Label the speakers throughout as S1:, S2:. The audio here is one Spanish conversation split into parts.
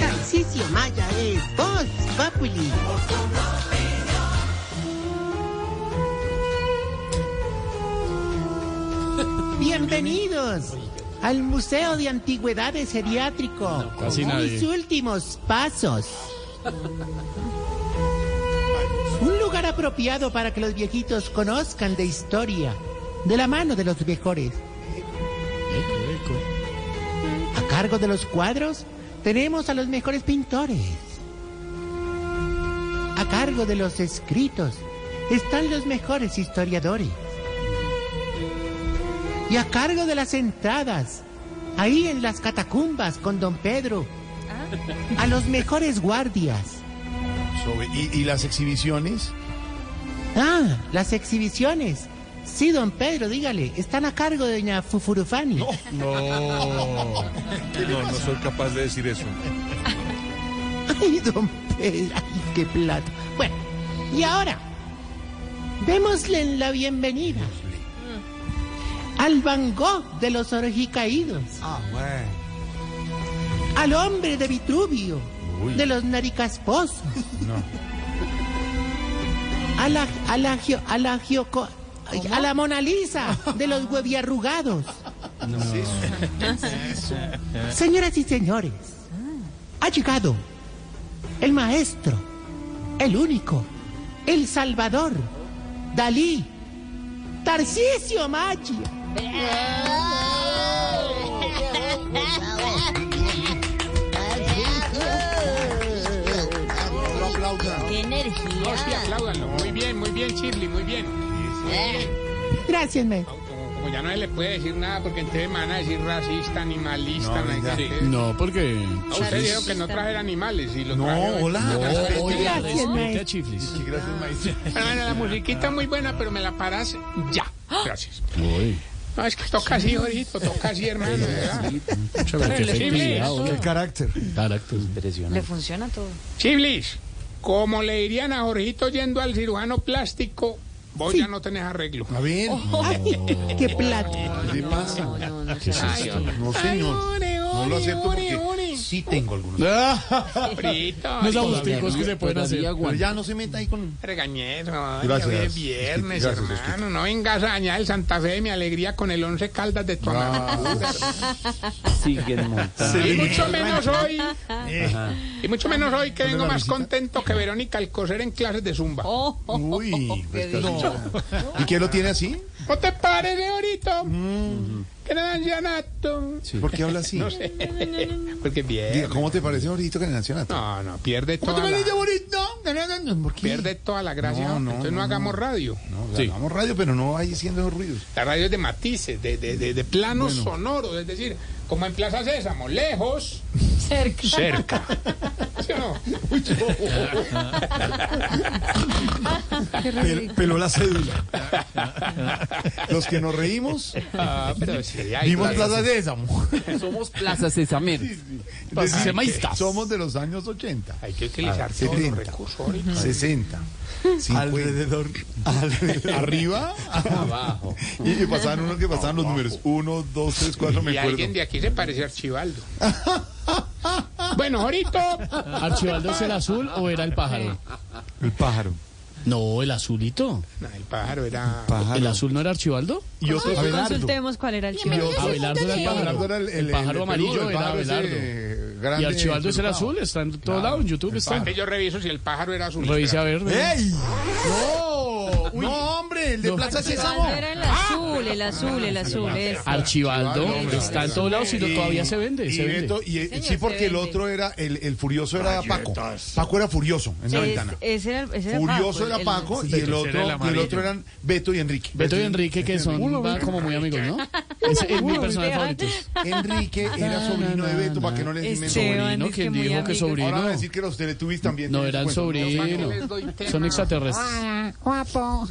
S1: Radio Maya es Voz Populi. Bienvenidos al Museo de Antigüedades Geriátrico.
S2: Casi
S1: Mis
S2: nadie.
S1: últimos pasos. Un lugar apropiado para que los viejitos conozcan de historia, de la mano de los mejores. A cargo de los cuadros tenemos a los mejores pintores. A cargo de los escritos están los mejores historiadores. Y a cargo de las entradas, ahí en las catacumbas con don Pedro, a los mejores guardias.
S3: Sobre- ¿y, y las exhibiciones?
S1: Ah, las exhibiciones. Sí, don Pedro, dígale, están a cargo de doña Fufurufani.
S2: No, no, no soy capaz de decir eso.
S1: Ay, don Pedro, ay, qué plato. Bueno, y ahora, démosle la bienvenida al Van Gogh de los orejicaídos. Al hombre de Vitruvio, de los naricasposos. A la, a la, gio- a la, gioco- ay, a la Mona Lisa, de los hueviarrugados. Señoras y señores, ha llegado el maestro, el único, el salvador, Dalí, Tarcisio Maggi.
S3: Lo aplaudan.
S4: ¡Qué
S5: Ah.
S4: energía!
S5: Apláudanlo. Muy bien, muy bien, Shirley, muy bien.
S1: Gracias, maestro.
S5: Como, como ya no se le puede decir nada porque entonces me van a decir racista, animalista,
S3: No,
S5: no,
S3: ya.
S2: No, porque.
S5: A usted dijo que no trajera animales y los
S3: No,
S5: traje hoy.
S3: hola.
S2: No, oye,
S1: Gracias,
S2: respete
S1: maestro.
S2: a Chiflis.
S3: Sí, gracias, maestro.
S5: Pero bueno, la musiquita muy buena, pero me la paras ya. Gracias.
S2: Uy,
S5: No, es que toca así, Jorito, toca así, hermano. de verdad.
S2: pero qué
S5: le-
S2: efectividad,
S5: Chiflis.
S2: oye.
S3: Carácter.
S2: Carácter impresionante.
S4: Le funciona todo.
S5: Chiblis, como le dirían a Jorgito yendo al cirujano plástico, vos
S1: Sí.
S5: ya no tenés arreglo.
S3: A ver,
S5: Oh.
S1: Ay, qué plato.
S3: ¿qué le pasa?
S4: No, no
S2: ¿Qué es esto?
S3: No, señor.
S5: Ore,
S3: No lo
S5: ore,
S3: acepto
S5: ore,
S3: porque
S5: ore.
S3: sí tengo algunos.
S2: Ah,
S5: Frito,
S2: Unos agusticos que se pueden hacer.
S3: Pero ya no se meta ahí con...
S5: Regañero, ay,
S3: Gracias.
S5: hoy es viernes,
S3: Gracias,
S5: hermano. No vengas a dañar el Santa Fe de mi alegría con el once caldas de tu amargura.
S6: Siguen
S2: Ah.
S6: montando.
S5: Y mucho menos hoy, eh,
S6: Ajá.
S5: y mucho menos hoy que vengo
S3: la
S5: más
S3: visita?
S5: contento que Verónica Alcocer en clases de zumba.
S4: Oh, oh,
S3: Uy, pues,
S4: qué
S3: no. ¿Y qué lo tiene así?
S5: ¿No te pares, Leorito?
S3: Mm.
S5: Que no dan llanato.
S3: ¿Por qué habla así?
S5: No sé, porque es
S3: Diga,
S5: bien.
S3: ¿cómo te parece ahorita que en el ancianato?
S5: No, no, pierde toda la,
S3: bonito? ¿Por qué?
S5: pierde toda la gracia.
S3: No, no,
S5: Entonces no,
S3: no,
S5: hagamos radio.
S3: No, o sea,
S2: Sí.
S3: hagamos radio, pero no ahí haciendo esos ruidos.
S5: La radio es de matices, de, de, de, de planos sonoros, es decir, como en Plaza Sésamo, lejos,
S4: cerca.
S5: cerca. ¿Sí o no?
S3: Pel- peló la cédula. Los que nos reímos,
S5: Ah, pero sí, hay
S3: vimos
S5: radio.
S3: Plaza de Sésamo.
S6: Somos Plaza Sesamer.
S3: Decir,
S2: Sesamaístas.
S3: Somos de los años 80,
S5: Hay que utilizar
S3: Ah,
S5: todos los
S3: 70.
S5: recursos ahorita.
S3: 60, 50. Alrededor. Arriba.
S5: Abajo.
S3: Y, y pasaban uno que pasaban los números. 1, 2, 3, 4, me
S5: Y
S3: acuerdo.
S5: alguien de aquí se parece a Archibaldo. bueno, ahorita.
S2: ¿Archibaldo es el azul o era el pájaro?
S3: El pájaro.
S2: No, el azulito.
S5: No, el pájaro era.
S3: pájaro.
S2: ¿El azul no era Archibaldo?
S3: Y otro Abelardo.
S4: Consultemos cuál era el chivo.
S2: Abelardo era el
S3: Abelardo
S2: pájaro.
S3: era el,
S2: El pájaro amarillo era Abelardo.
S3: Abelardo.
S2: Y Archibaldo es el azul, está en todo lado, en YouTube está.
S5: Antes yo reviso si el pájaro era azul.
S2: Revise a ver.
S3: ¡Ey! ¡No! ¡No, hombre! ¡El de
S2: No.
S3: Plaza Sésamo!
S4: Era Ah, el azul, el azul, el azul. ese.
S2: ah, Archibaldo
S3: hombre,
S2: está en
S3: Archibaldo.
S2: todos lados y lo- todavía se vende.
S3: Y
S2: Se vende.
S3: Beto- y, eh,
S4: Señor,
S3: sí,
S4: se
S3: porque el
S4: vende.
S3: otro era, el, el furioso era Paco. Paco era furioso en la
S4: Es-
S3: ventana.
S4: ese era, ese era
S3: Furioso
S4: el-
S3: era
S4: el-
S3: Paco y
S2: Beto,
S3: el
S2: ese era el
S3: otro, y el
S2: amarillo.
S3: otro eran Beto y Enrique.
S2: Beto y Enrique, que son va, como muy amigos, ¿no? Es, es mi personaje favorito.
S3: Enrique era sobrino de Beto, para que no les dimen sobrino.
S4: Esteban,
S2: Sobrino,
S4: dice
S2: ¿quién
S4: muy
S2: dijo que
S4: amigos.
S2: sobrino?
S3: Ahora van a decir que los Teletubbies también.
S2: No,
S3: tienen
S2: eran
S3: su cuento.
S2: sobrino. Son extraterrestres.
S3: Ah,
S5: Guapo.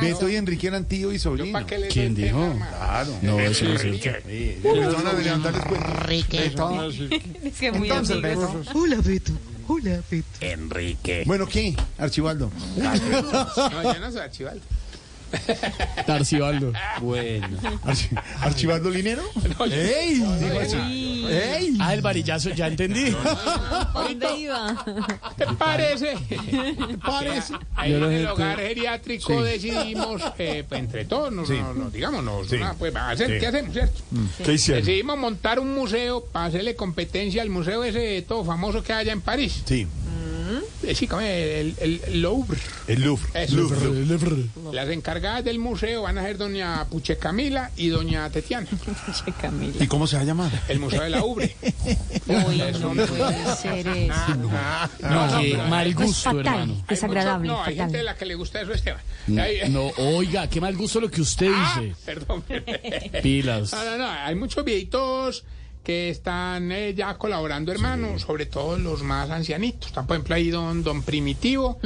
S3: Beto y Enrique eran tío y sobrino.
S2: ¿Quién dijo?
S3: Claro.
S2: No, eso no es cierto.
S3: Sí, empezaron a levantarles cuentos. Beto.
S4: Es que muy amigos.
S1: Hola, Beto. Hola, Beto.
S3: Bueno, ¿qué? Archibaldo.
S5: No, yo no soy Archibaldo.
S2: Tarcibaldo.
S6: Bueno.
S3: Archi- ¿Archivando dinero? ¡Ey! Dijo así. ¡Ey!
S2: Ah, el varillazo, ya entendí.
S4: ¿Dónde iba?
S5: ¿Te parece?
S3: Parece.
S5: Ahí
S6: Yo lo
S5: en el
S6: sé,
S5: hogar
S6: tú.
S5: geriátrico
S3: Sí.
S5: decidimos, eh, pues, entre todos, nos,
S3: Sí.
S5: nos- nos- digamos, nos-
S3: Sí.
S5: ah, pues, va a hacer-
S3: Sí. Mm,
S5: ¿qué hacemos, cierto?
S3: ¿Qué hicieron?
S5: Decidimos montar un museo para hacerle competencia al museo ese todo famoso que hay allá en París.
S3: Sí,
S5: Eh, sí, como el, el- el Louvre.
S3: el Louvre.
S5: Eso.
S3: Louvre.
S5: Las encargadas del museo van a ser doña Puche Camila y doña Tetiana.
S4: Che, Camila.
S3: ¿Y cómo se va a llamar?
S5: El museo de la Ubre.
S4: Uy, no puede ser eso.
S2: Ah, No, Pues
S5: no,
S2: qué
S5: pero-
S2: mal gusto,
S4: fatal.
S2: hermano.
S5: Hay
S4: Desagradable,
S5: mucho- no, hay
S4: fatal.
S5: gente de la que le gusta eso, Esteban.
S2: No,
S5: Hay-
S2: no, oiga, qué mal gusto lo que usted
S5: Ah,
S2: dice.
S5: perdón.
S2: Pilas.
S5: No, no, no, hay muchos viejitos que están eh, ya colaborando, hermanos, sobre todo los más ancianitos. Están, por ejemplo, ahí don, don Primitivo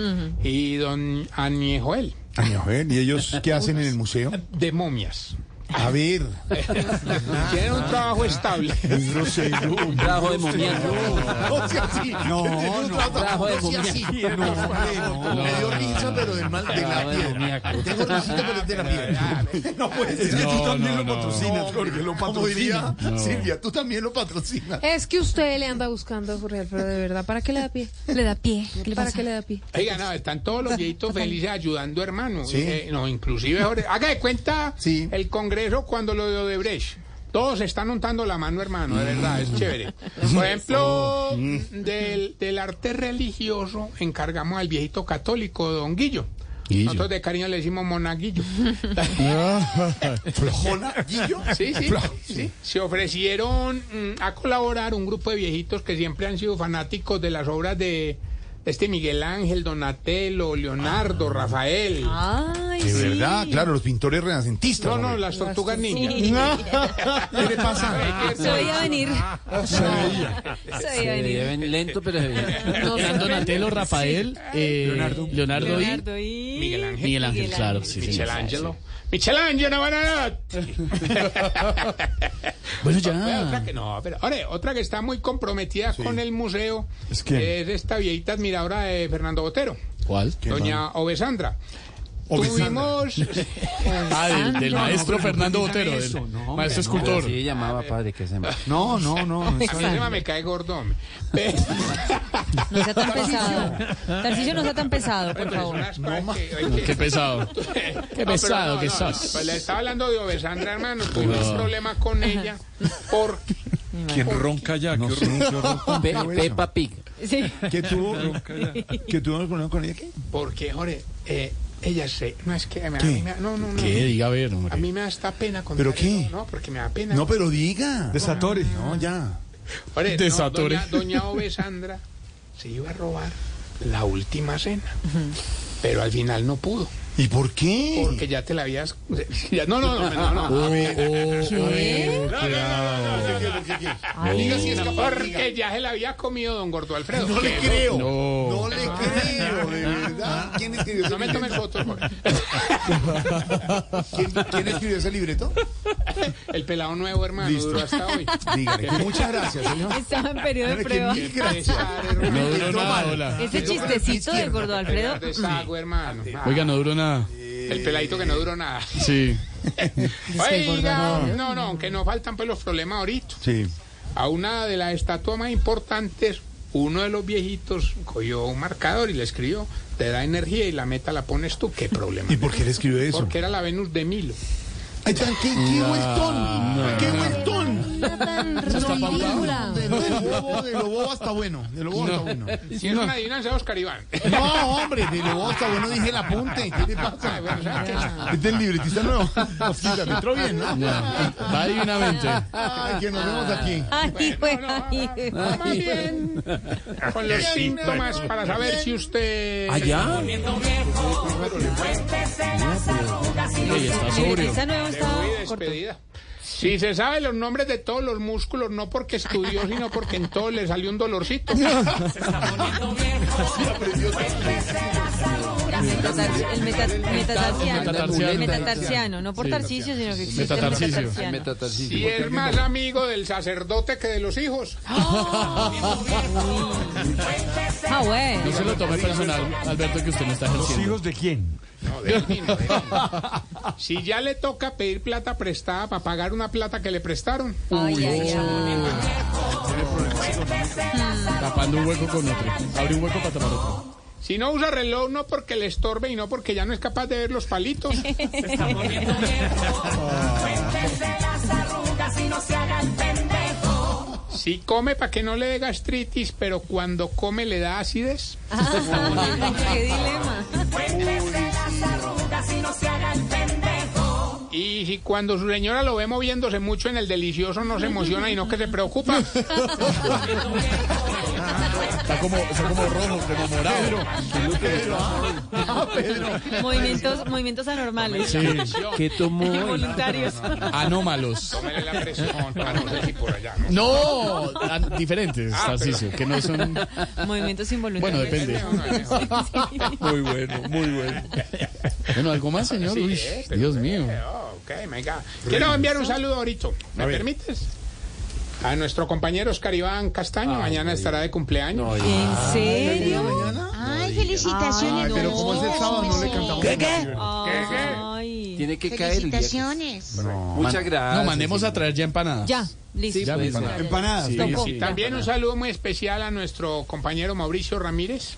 S5: y don Aniejoel,
S3: Ay, a ver, ¿y ellos qué hacen en el museo?
S5: de momias.
S3: A ver.
S5: Tienen un trabajo estable.
S3: muy grosero, muy
S6: Un trabajo de
S3: grosero.
S6: momiaco.
S3: No, sea así. No, no, no.
S6: trabajo de
S3: no sea así. No, no, no. Me dio risa, pero del mal de la
S6: Trabajo de
S3: piel.
S6: momiaco.
S3: Tengo risita, pero es de la piel. No, pues, es que
S2: No, no, no.
S3: porque lo patrocinas. Silvia, tú también lo patrocinas.
S7: Es que usted le anda buscando a Jorge Alfredo, de verdad. ¿Para qué le da pie?
S4: Le da pie. ¿Qué le
S7: ¿Para
S4: pasa?
S7: qué le da pie?
S5: Oiga, no, están todos los viejitos felices ayudando, hermanos.
S3: Sí.
S5: Eh, no, inclusive, ahora- haga de cuenta
S3: Sí.
S5: el Congreso cuando lo de Odebrecht. Todos están untando la mano, hermano, de verdad,
S3: Mm.
S5: es chévere. Por ejemplo,
S3: Oh.
S5: del, del arte religioso encargamos al viejito católico, don Guillo.
S2: Guillo.
S5: Nosotros de cariño le decimos monaguillo.
S2: Ah.
S3: Flojona, Guillo.
S5: Sí, sí, sí. Se ofrecieron mm, a colaborar un grupo de viejitos que siempre han sido fanáticos de las obras de este Miguel Ángel, Donatello, Leonardo, Rafael.
S4: Ah. Ay,
S3: De
S4: sí.
S3: verdad, claro, los pintores renacentistas.
S5: No, no,
S3: hombre.
S5: las tortugas niñas.
S3: ¿Qué le pasa?
S4: Se veía venir.
S3: Se veía.
S4: Se
S6: Se
S4: veía venir.
S6: veía ven- lento, pero se veía.
S4: No
S2: Eran
S4: se-
S2: Donatello, Rafael, eh, Leonardo, y
S4: Leonardo y...
S5: Miguel Ángel.
S2: Miguel Ángel,
S4: Miguel
S2: claro.
S4: Ángel.
S2: sí, sí.
S5: Michelangelo. Michelangelo Bananotti.
S2: Bueno,
S5: Otra
S2: ya.
S5: que no, pero ahora, otra que está muy comprometida con el museo
S3: ¿Es quién?
S5: esta viejita admiradora de Fernando Botero,
S2: ¿Cuál?
S5: doña Ovesandra.
S3: Obesandra.
S5: Tuvimos
S2: Ah, del, del maestro Fernando Botero, del maestro escultor.
S6: Así llamaba padre que se llama.
S3: No, no, no. no
S5: A mí se me cae gordón. Pe-
S4: No sea tan pesado. Tarcillo no sea tan pesado, por
S5: Pero
S4: favor.
S5: es unas cosas que- hay que-
S2: Qué pesado.
S5: No,
S2: Qué
S5: pero
S2: pesado
S5: no,
S2: que
S5: no,
S2: sos.
S5: pues le estaba hablando de Ovesandra, hermano. Tuve un problema con ella por
S8: ¿Quién ronca ya? ¿Qué
S6: Pe- Peppa Pig.
S4: Sí.
S3: ¿Qué tuvo? ¿Qué tuvo un problema con ella? ¿Qué?
S5: porque, ore, eh, ella se. No, es que. me- a mí me- no, no, no.
S2: ¿Qué? Diga a ver,
S5: A
S2: hombre.
S5: mí me da hasta pena contar
S3: ¿Pero qué?
S5: eso, No, porque me da pena.
S3: No, pero diga.
S8: Desatore.
S3: No, ya.
S5: Ore, no,
S2: desatore.
S5: doña, doña Ovesandra se iba a robar la última cena. Pero al final no pudo.
S3: ¿Y por qué?
S5: Porque ya te la habías. ya- no, no, no, no.
S2: Oh,
S5: no,
S3: Oh.
S5: no.
S4: ¿Qué?
S3: Diga si es capaz, diga.
S5: Porque ya se la había comido don Gordo Alfredo.
S3: No le
S5: Que
S3: creo.
S2: No.
S3: No le creo, de verdad. ¿Quién escribió
S5: No
S3: ese
S5: me tomes
S3: libreto?
S5: fotos, Jorge.
S3: ¿Quién, quién escribió ese libreto?
S5: El pelado nuevo, hermano,
S3: Listo.
S5: duró hasta hoy.
S3: Dígale. que Muchas gracias. señor.
S4: Estaba en periodo de
S3: Que
S4: prueba.
S3: mil gracias.
S5: Pesar, hermano.
S2: No duró
S3: Toma.
S2: nada, hola.
S4: Ese chistecito de Gordo Alfredo.
S5: Desago, hermano. Ah,
S2: Oiga, no duró nada.
S5: El peladito que no duró nada.
S2: Sí.
S5: Oiga, no, no, aunque nos faltan pues los problemas ahorita.
S3: Sí.
S5: A una de las estatuas más importantes, uno de los viejitos cogió un marcador y le escribió, te da energía y la meta la pones tú. ¿Qué problema?
S3: ¿Y por qué le escribió eso?
S5: Porque era la Venus de Milo.
S3: Ay, tan, qué, qué vueltón. qué vueltón. De lo bobo, de lo bobo hasta bueno. De lo bobo hasta bueno.
S5: Si es una adivinanza, Oscar Iván.
S3: No, hombre, de lo bobo hasta bueno dije el apunte. ¿Qué le pasa?
S5: Bueno, ¿sabes qué?
S3: Este es el libretista nuevo. Sí, la entró bien, ¿no?
S2: Va divinamente.
S3: Ay, que nos vemos aquí.
S5: Ah.
S4: Ay, güey, ay, güey.
S5: Más bien, con los síntomas para saber si usted...
S6: Allá.
S2: Ey, está Ah, sobrio.
S4: Libretista nuevo está
S5: Muy
S4: corto.
S5: despedida. Si se sabe los nombres de todos los músculos, no porque estudió, sino porque en todo le salió un dolorcito.
S4: Metatarsi- El meta- metatarsiano.
S2: Metatarsiano.
S4: Metatarsiano. No por
S2: Sí.
S4: Tarcisio, sino que existe el
S2: Metatarcisio.
S4: metatarsiano.
S5: Si es más amigo del sacerdote que de los hijos.
S4: Ah,
S2: No
S4: bueno.
S2: se lo tome personal, Alberto, que usted no está ejerciendo.
S8: de quién?
S5: No, de mí, no, de mí. Si ya le toca pedir plata prestada para pagar una plata que le prestaron.
S4: Ay, ay, ay.
S2: Tapando un hueco con otro. Abre un hueco para tapar otro.
S5: Si no usa reloj, no porque le estorbe y no porque ya no es capaz de ver los palitos. Si come para que no le dé gastritis, pero cuando come le da acidez.
S4: Qué dilema.
S5: Y si cuando su señora lo ve moviéndose mucho en el delicioso, no se emociona y no que se preocupa.
S2: Está como, está como rojo, como morado.
S4: Movimientos, movimientos anormales.
S6: ¿Qué tomó? hoy?
S4: Involuntarios.
S2: Anómalos.
S5: Tómele la presión. Ah, no sé si por allá. ¿no?
S2: No, an- diferentes, Tarcisio, que no son...
S4: Movimientos
S2: Bueno,
S4: involuntarios.
S2: depende.
S8: Muy bueno, muy bueno.
S2: Bueno, ¿algo más, señor? Uy, Dios mío.
S5: Oh, ok, my God. Quiero enviar un saludo ahorita. ¿Me permites? A nuestro compañero Oscar Iván Castaño.
S2: Ah,
S5: Mañana estará de cumpleaños.
S4: ¿En serio?
S9: Ay, felicitaciones.
S3: Ay, pero como es el sábado, no le cantamos. ¿Qué, qué?
S4: Ay.
S6: Tiene que caer el día que-
S9: Felicitaciones.
S6: Muchas gracias.
S2: No, mandemos a
S6: señor.
S2: traer ya empanadas.
S4: Ya, listo.
S2: Ya, mi
S6: pues,
S2: empanada.
S3: Empanadas.
S2: Sí,
S4: Tocó.
S2: sí.
S5: También un saludo muy especial a nuestro compañero Mauricio Ramírez.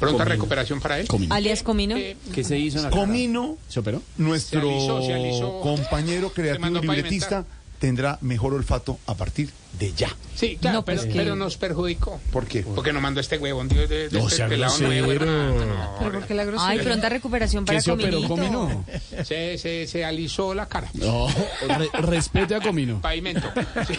S5: Pronta recuperación para él.
S2: Comino.
S4: Alias Comino.
S5: Eh,
S6: ¿Qué se hizo en la cara?
S3: Comino,
S2: ¿Se operó?
S3: nuestro
S5: Se alisó, se alisó.
S3: compañero creativo
S5: mandó
S3: y libretista, tendrá mejor olfato a partir de ya.
S5: sí, claro,
S4: No, pues
S5: pero,
S4: que-
S5: pero nos perjudicó.
S3: ¿Por qué?
S5: Porque nos mandó este huevón, tío, de, de
S2: No
S5: este
S2: sea
S5: pelado nuevo,
S2: grosero.
S5: hermano, no,
S7: Pero porque la grosería.
S4: Ay, pronta recuperación
S2: ¿Qué
S4: para
S2: se operó
S4: Cominito.
S2: Comino?
S5: Se, se, se alisó la cara.
S2: No, re- respete a Comino.
S5: Pavimento. Sí.